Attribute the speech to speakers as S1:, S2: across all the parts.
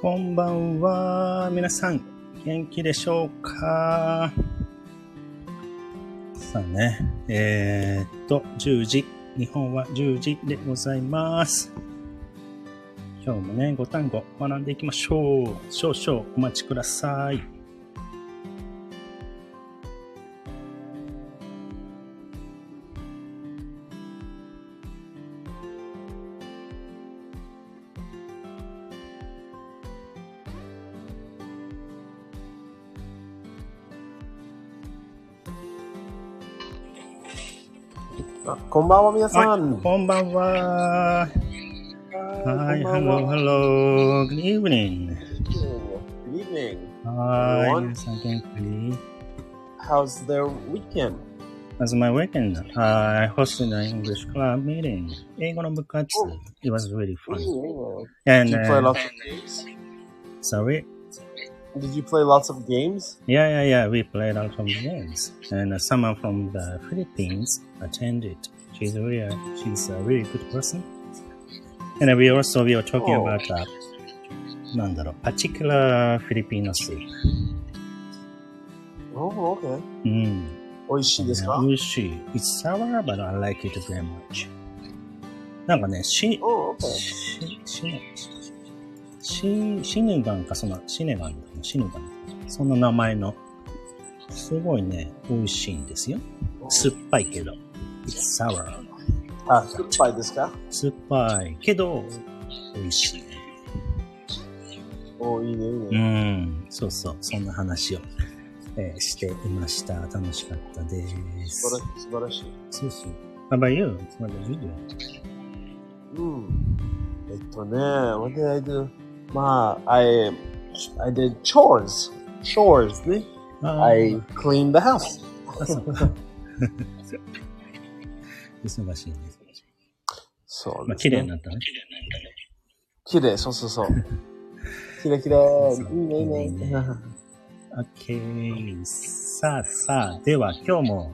S1: こんばんは。皆さん、元気でしょうかさあね、えー、っと、10時、日本は10時でございます。今日もね、5単語学んでいきましょう。少々お待ちください。
S2: あこんばんは、皆さ
S1: はい、
S2: ん。
S1: こんばんは。はい、ハロー、ハロー。Good evening.
S2: ー。Good evening.
S1: は
S2: Hello.
S1: い、皆さん元気
S2: How's the weekend?
S1: As my weekend, I hosted an English club meeting. 英語の部活
S2: Oh.
S1: It was really fun.
S2: Did
S1: And,
S2: you play
S1: uh,
S2: lots of games?
S1: sorry.
S2: Did you play lots of games?
S1: Yeah, yeah, yeah. We played a lot of games. And uh, someone from the Philippines attended. She's really, she's a really good person. And uh, we also, we were talking
S2: Oh.
S1: about, uh, なんだろう、particular Filipino soup.
S2: Oh, okay.
S1: うん。
S2: 美味しいですか
S1: 美味しい。It's sour, but I like it very much. なんかね、し、
S2: Oh, okay.
S1: し、しね、し、シヌガンか、その、シネガンだね、シヌガン。その名前の、すごいね、美味しいんですよ。酸っぱいけど。It's sour.
S2: あ、酸っぱいですか
S1: 酸っぱいけど、美味しい。
S2: おいいね、いいう
S1: Mm.
S2: ね。
S1: ん、そうそう、そんな話を、えーしていました。楽しかったです。
S2: 素晴らしい、素晴らしい。
S1: そうそう。How about you? What did you do?
S2: うん。えっとね、what did I do? まあ、I, I did chores. Chores ね。
S1: あ
S2: I cleaned the house.
S1: 忙しいです。
S2: そう
S1: まあ、
S2: です
S1: 綺
S2: ね。
S1: 麗になったね。
S2: 綺麗、そ うそうそう。綺麗綺麗。いいね、いいねいいね。
S1: OK。さあさあ、では今日も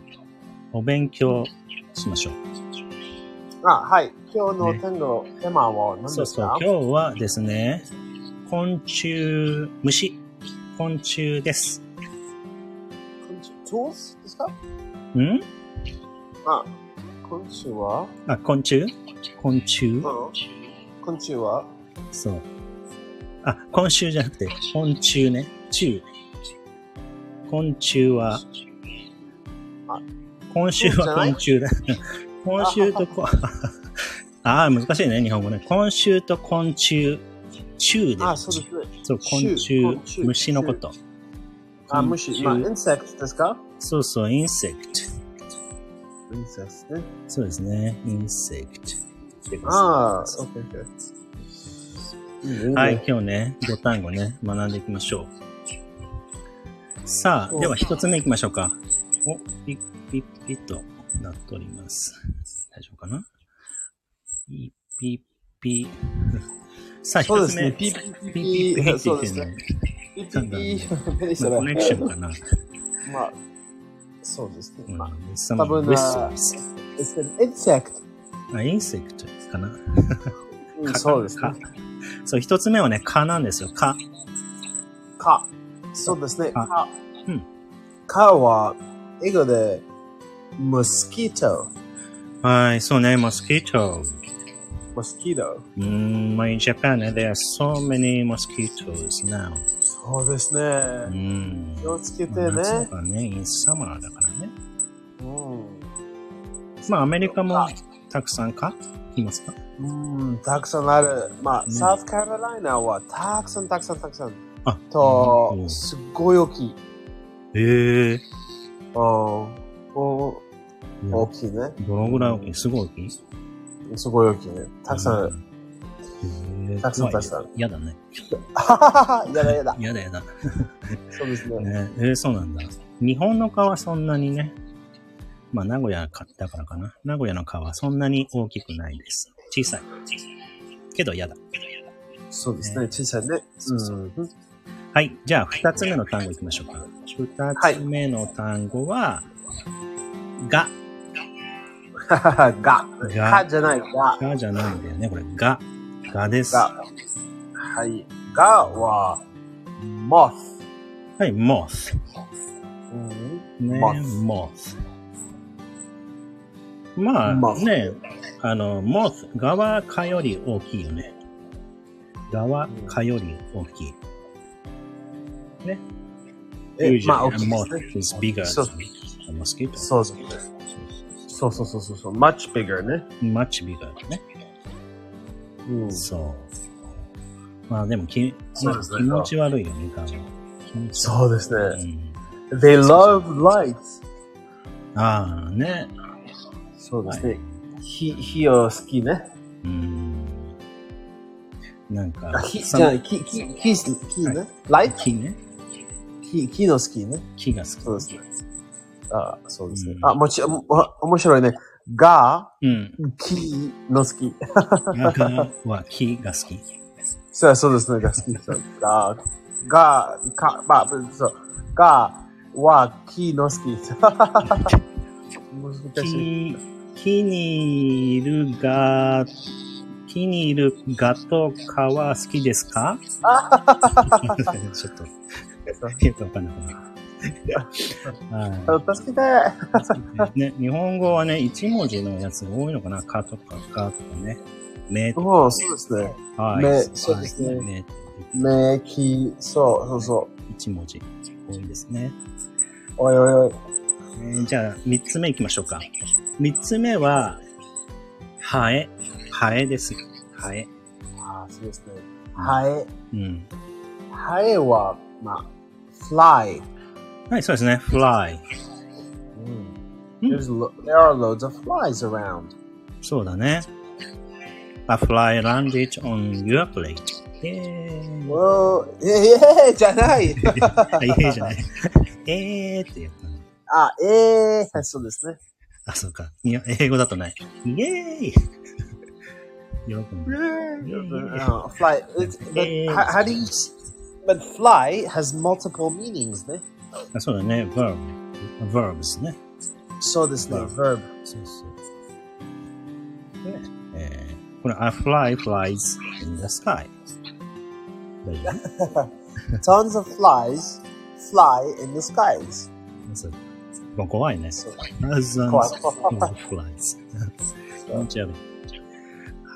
S1: お勉強しましょう。
S2: あ、はい。今日のテーマ、テーマは何です
S1: そ
S2: か
S1: うそう、今日はですね、昆虫、虫、昆虫です。
S2: 昆虫、tools ですか
S1: ん
S2: あ、昆虫は、
S1: あ、昆虫昆虫
S2: うん、昆虫は、
S1: そう。あ、昆虫じゃなくて、昆虫ね。虫。昆虫は
S2: あ、
S1: 昆虫は昆虫だ。 昆虫とこ、ああ、難しいね、日本語ね。昆虫と昆虫。虫で
S2: あ、
S1: す。
S2: そうですね。
S1: そう、昆
S2: 虫
S1: 虫
S2: 昆虫、
S1: 虫のこと。
S2: あ、
S1: 昆虫
S2: 虫、まあ、インセクトですか
S1: そうそう、インセクト。
S2: インセクトね。
S1: そうですね、インセクト。
S2: ああ、オッケーオッケー。いいね
S1: はい、。今日ね、5単語ね、学んでいきましょう。さあ、
S2: そう
S1: では一つ目いきましょうか。お、ピッピッピッとなっております。大丈夫かなピッピッピ。 さあ、
S2: そ
S1: 一
S2: うで
S1: つ
S2: す
S1: 目。
S2: ね
S1: ピッピッピ
S2: ピッ
S1: ッピッピッ
S2: そう
S1: ピッピ
S2: ですね
S1: ッピ
S2: いいいい何でし
S1: ま
S2: た
S1: あコネクショ
S2: ね。
S1: ンかな。
S2: まあ、そうですね。まあ、
S1: 多
S2: 分な it's an insect.
S1: あ、インセクトかな。
S2: うん
S1: 蚊
S2: そうですね。。
S1: 蚊そう、一つ目はね、蚊なんですよ。蚊。
S2: か。そうですね。
S1: 蚊
S2: か。
S1: うん。
S2: かは、英語で、mosquito。
S1: はい、そうね、モスキート。
S2: mosquito。
S1: Mm, in Japan, eh, there are so many mosquitoes now.
S2: そうです
S1: う
S2: ね。
S1: ん。
S2: 気をつけて
S1: 夏だ
S2: ね
S1: か。らね、インサマーだからね。
S2: うん。
S1: まあ、アメリカもたくさんかいますか
S2: うん、たくさんある。まあ、
S1: うん
S2: サウスカロライナはたくさんたくさんたくさん。
S1: あ
S2: と、
S1: うん
S2: すっごい大きい。
S1: へえ。
S2: うんお大
S1: ど
S2: きいね。
S1: のぐらい大きいすごい大きい
S2: すごい大きいね。たくさんある。
S1: へえ
S2: たくさんたくさん
S1: まあやだね。
S2: ははは やだやだ。
S1: やだやだ。
S2: そうですね。
S1: ねえー、そうなんだ。日本の蚊はそんなにね、まあ、名古屋だからかな。名古屋の蚊はそんなに大きくないです。小さい。けどやだ。
S2: そうですね。小さいね。
S1: そうそ
S2: うん。
S1: はい。じゃあ、二つ目の単語いきましょうか。二つ目の単語は、が、
S2: はははが。
S1: が
S2: かじゃない。が。
S1: がじゃないんだよね。これ、が、がです。
S2: が。はい。がは、moth。
S1: はい、モス。
S2: うん
S1: ね、
S2: Moth
S1: モス。まあ、
S2: Moth
S1: ね、あの、モス、ガは蚊より大きいよね。ガは蚊より大きい。
S2: え、
S1: Usually,
S2: まあ、大きい
S1: moth
S2: で
S1: is
S2: すね
S1: bigger
S2: そう
S1: than a mosquito.
S2: そうそう。そうそうそうそうそう。much bigger ね。
S1: much bigger ね。
S2: うん。
S1: そう。まあでもき、
S2: そうですね
S1: 気持ち悪いよね、ガは。気持ち
S2: そうです
S1: 悪い
S2: ね。
S1: うん
S2: They love light.
S1: ああ、ね。
S2: そうですね。火、火を好きね。
S1: うん。なんか
S2: あ、、火、
S1: さ
S2: じゃあ、木、木、木、木ね。ライト
S1: 木ね。
S2: 木、木の好きね。
S1: 木が好き。
S2: そうですね。あそうですね
S1: う。ん
S2: あ、もち、も面白いね。が、
S1: うん。
S2: 木の好き。
S1: ガガは木が好き。
S2: そうそうですね、が好き。そうが、が、か、まあ、そう。が、は、木の好き。 難しい。
S1: 木、木にいるガ、木にいるガと蚊は好きですか ち ょっと、よくわかんなくなる。はい
S2: あ助けて
S1: ね、日本語はね、一文字のやつが多いのかなかとか、かとかね。目と
S2: おうそうですね。
S1: か、はい
S2: 目そうですね
S1: 目
S2: めき、そう、そうそ
S1: 一文字。多いですね。
S2: う。おいおいおい。
S1: えーじゃあ、三つ目行きましょうか。三つ目は、ハエ。ハエです。ハエ。
S2: あそうですね。ハエ。
S1: うん。
S2: ハエは、まあ、fly。
S1: はい、そうですね。fly。うん
S2: Mm. There's lo- there are loads of flies around.
S1: そうだね。A fly landed on your plate. え ー。
S2: おー、ええじゃない。
S1: あ、いえじゃない。えーってやったの。
S2: あ、ええそうですね。
S1: あ、そうか。いや英語だとない。イエーイ 喜んで。
S2: No, fly. It's, but
S1: ええ
S2: how, how do you? s- But fly has multiple meanings. ね。
S1: あそうだね。verb。verbs ね。
S2: そうですね。Verb.
S1: そうそう。ねえー、これ、A fly flies in the sky. 大丈
S2: Tons of flies fly in the skies.
S1: 夫そうもう怖いね。
S2: そう
S1: Thousands
S2: 怖い
S1: of flies. 気持ち悪い。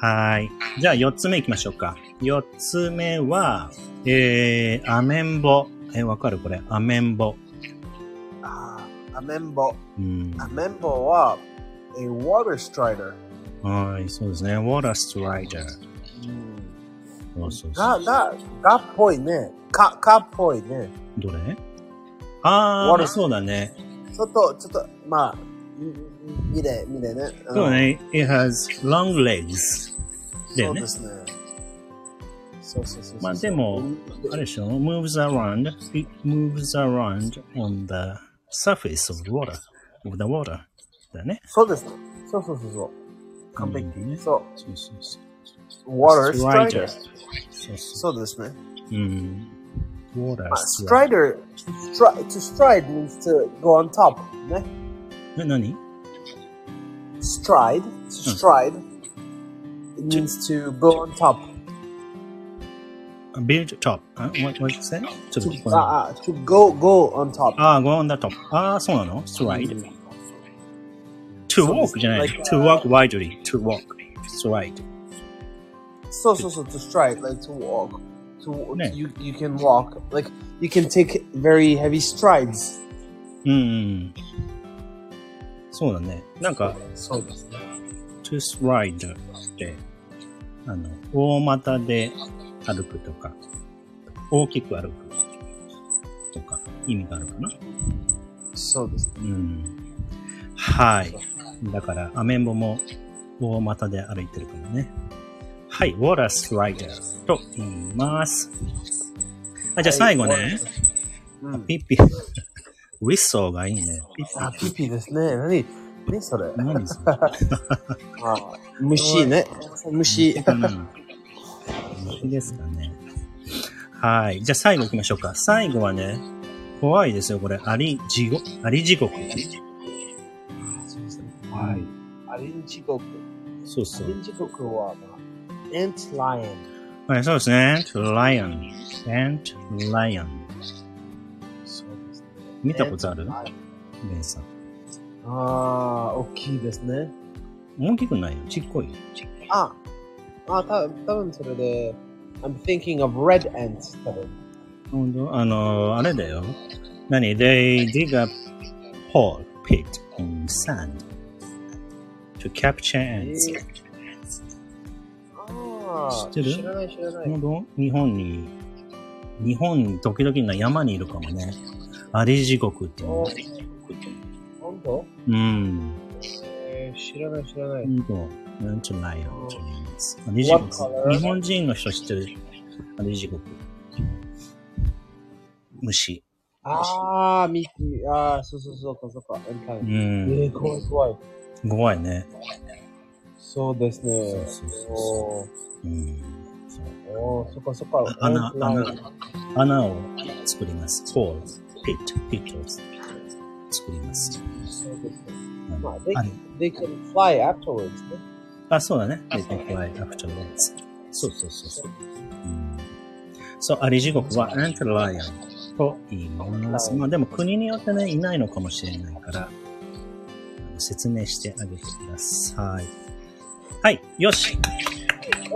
S1: はい。じゃあ、四つ目行きましょうか。四つ目は、えー、アメンボ。えー、わかるこれ。アメンボ。
S2: あー、アメンボ。
S1: うん。
S2: アメンボは、a water strider。
S1: はい、そうですね。Water Strider。そうそうそう。
S2: が、が、がっぽいね。か、かっぽいね。
S1: どれあ
S2: Water-
S1: あ、そうだね。
S2: ちょっと、ちょっと、まあ、見れ、見れね。うん
S1: そう。ね。It has long legs. だ
S2: そ
S1: よ
S2: う
S1: ね
S2: で。すね。そうそうそうそう。
S1: まあでもあれでしょ ?moves around. It moves around on the surface of the water. Of the water. だね。
S2: そうですね。そうそうそうそう。完璧。
S1: うんね
S2: そ
S1: そうそうそう。
S2: う。water strider。
S1: そうそ
S2: そうですね。
S1: う。うん。water
S2: まあ、
S1: strider.
S2: strider, stri- to stride means to go on top. ね。
S1: え、何
S2: stride, to stride, it means Hmm. to go on top.
S1: ?build top. あ what, what you say? ちょっと
S2: To,
S1: 聞こえない。
S2: ああ to go, go on top.
S1: ああ、go on the top. ああ、そうなの ?stride. to
S2: そうです
S1: walk じゃない。
S2: Like,
S1: to walk widely. to walk. stride.
S2: そうそうそう、to stride, like to walk. To,
S1: ね
S2: you, you can walk, like you can take very heavy strides.
S1: うんうん。そうだね。なんか、
S2: そうですね。
S1: to stride って、あの、大股で歩くとか、大きく歩くとか、意味があるかな。
S2: そうですね。
S1: うん。はい。だから、アメンボも大股で歩いてるからね。はい、water strider と言います。あ、じゃあ最後ね、
S2: うん。
S1: ピッピ、ウィッソーがいいね。ピッ
S2: あ、ピピですね。何何それ
S1: ピ、何それ
S2: あ虫ね。虫。
S1: うんいいですかね。はい。じゃあ最後行きましょうか。最後はね、怖いですよ、これ。アリ地獄。アリ地獄。
S2: Ah, はい。アリン地獄。
S1: そう
S2: ア
S1: そ
S2: リ
S1: う。
S2: ン地獄は、まあ、ant lion。
S1: はい、そうですね。lion. ant lion.
S2: そうですね。
S1: 見たことある
S2: はい
S1: レンさん。
S2: ああ、大きいですね。
S1: 大きくないよ。ちっこいよ。ちっこい
S2: あ、あ、た多分それで、I'm thinking of red ants 多分。
S1: ほんとあの、あれだよ。何 ?They dig up hole, pit, in sand to capture
S2: え
S1: ants.
S2: ああ、
S1: 知ってる
S2: 知らない知らない。
S1: ほんと日本に、日本に時々な山にいるかもね。アリ地獄っていうの
S2: お。本当
S1: うん。
S2: えー、知らない知らない。
S1: 本当なんちゅうないよ。と思いますアリ地獄
S2: What color？
S1: 日本人の人知ってるアリ地獄。虫。
S2: ああ、ミキ、ああ、そうそうそうかそうか。
S1: う
S2: うん、え
S1: ん。
S2: ー、怖い怖い。
S1: 怖いね。
S2: そうですね。
S1: そうそうそう
S2: お
S1: うん。そう
S2: ーおー、そっかそっか。
S1: 穴、
S2: うん
S1: 穴、穴を作ります。ホール、ピット、ピットを作ります。
S2: そうですね。
S1: うん
S2: まあで
S1: あれ
S2: They can fly afterwards ね。
S1: あ、そうだね。で、ここは afterwards。そうそうそうそう。うんそう、アリ地獄はアントライアンと言います。まあでも国によってね、いないのかもしれないから、あの説明してあげてください。はい、よし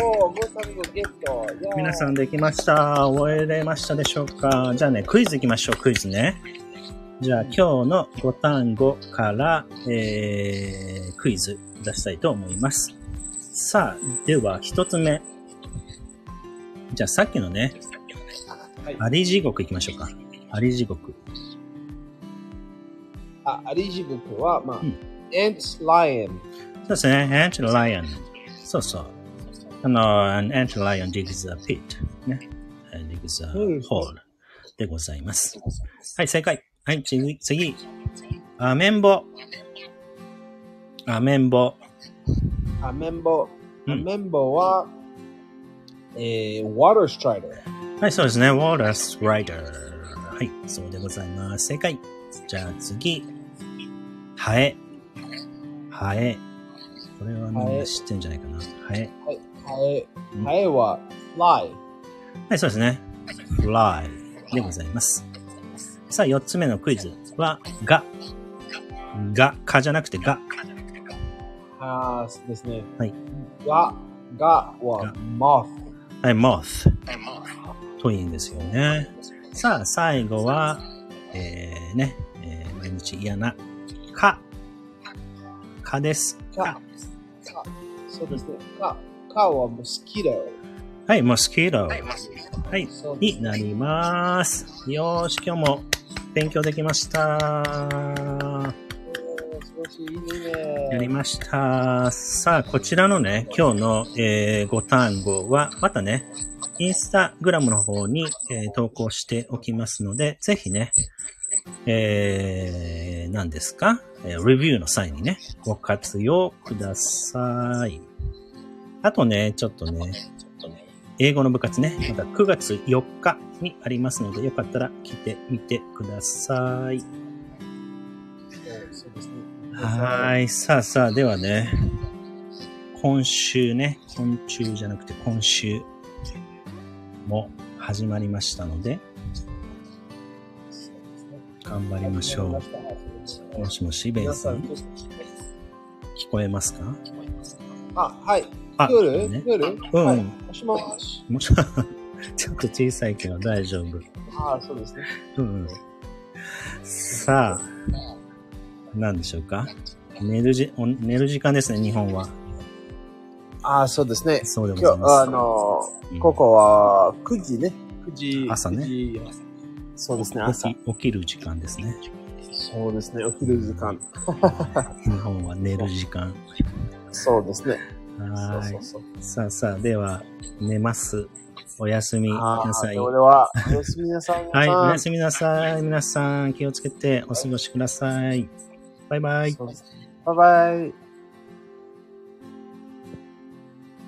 S2: おー、ゴーサビゴゲット。イェーイ
S1: 皆さん。できました。終えれましたでしょうかじゃあね、クイズいきましょう、クイズね。じゃあ、今日の5単語から、えー、クイズ出したいと思います。さあ、では、一つ目。じゃあ、さっきのね、
S2: はい
S1: アリ地獄いきましょうか。アリ地獄。
S2: あ、アリジブクは、まあ、
S1: うん
S2: エンツ、ライオン。
S1: そうですね、ant lion。そうそう。あの、an ant lion digs a pit. ね。えー digs a
S2: うん
S1: hole でございます。はい、正解。はい、次、次。アメンボ。アメンボ。
S2: アメンボ。
S1: うん
S2: アメンボは、えー、ワーターストライダー。
S1: はい、そうですね。water strider。はい、そうでございます。正解。じゃあ次。ハエ。ハエ。これはみんな知ってんじゃないかな。ハエ。
S2: はい、ハエ
S1: うん。
S2: ハエは、fly。
S1: はい、そうですね。fly でございます。さあ、四つ目のクイズは、が。が、かじゃなくてが。
S2: あー、そうですね。
S1: はい。
S2: が、がは
S1: が、
S2: moth。
S1: はい、moth というんですよね。さあ、最後は、えー、ね、えー、毎日嫌な、か。かです。
S2: か、か、そうですね。か、かは、mosquito。
S1: はい、mosquito はい
S2: そうです
S1: になります。よーし、今日も勉強できました。
S2: おー素晴らしいいいね。
S1: やりました。さあ、こちらのね、今日の、えー、ご単語は、またね、インスタグラムの方に、えー投稿しておきますので、ぜひね、えー、何ですか、えーレビューの際にね、ご活用ください。あとね、ちょっとね、英語の部活ね、また9月4日にありますので、よかったら来てみてください。
S2: そうそうですね。
S1: はーい。さあさあ、ではね、今週ね、今週じゃなくて今週も始まりましたので、
S2: そうですね。
S1: 頑張りましょう。もしもし、ベン
S2: 皆
S1: さ
S2: さ
S1: ん
S2: ん、、どうぞ
S1: 聞こえますか
S2: あ、はい。
S1: あ、
S2: クール
S1: ね
S2: クール
S1: うん
S2: はいもしもし。
S1: もし、 ちょっと小さいけど大丈夫。
S2: ああ、そうですね。
S1: うん。さあ、何でしょうか寝るじお寝る時間ですね、日本は。
S2: ああ、そうですね。
S1: そうでご
S2: 今
S1: ざいます。
S2: 日、あの、
S1: うん
S2: ここは9時ね。9時。
S1: 朝ね
S2: 9時。そうですね、朝
S1: 起。き起きる時間ですね。
S2: そうですね、お昼時間。
S1: 日本は寝る時間。
S2: そうですね。そ
S1: は
S2: う
S1: ーい
S2: そう。そう。
S1: さあさあ、では、寝ます。おやすみ
S2: あ
S1: な
S2: あ、
S1: さい。
S2: では
S1: は
S2: では、おやすみなさい。
S1: い、おやすみなさい。皆さん、気をつけてお過ごしください。バイバイ。
S2: そうですねバイバイ。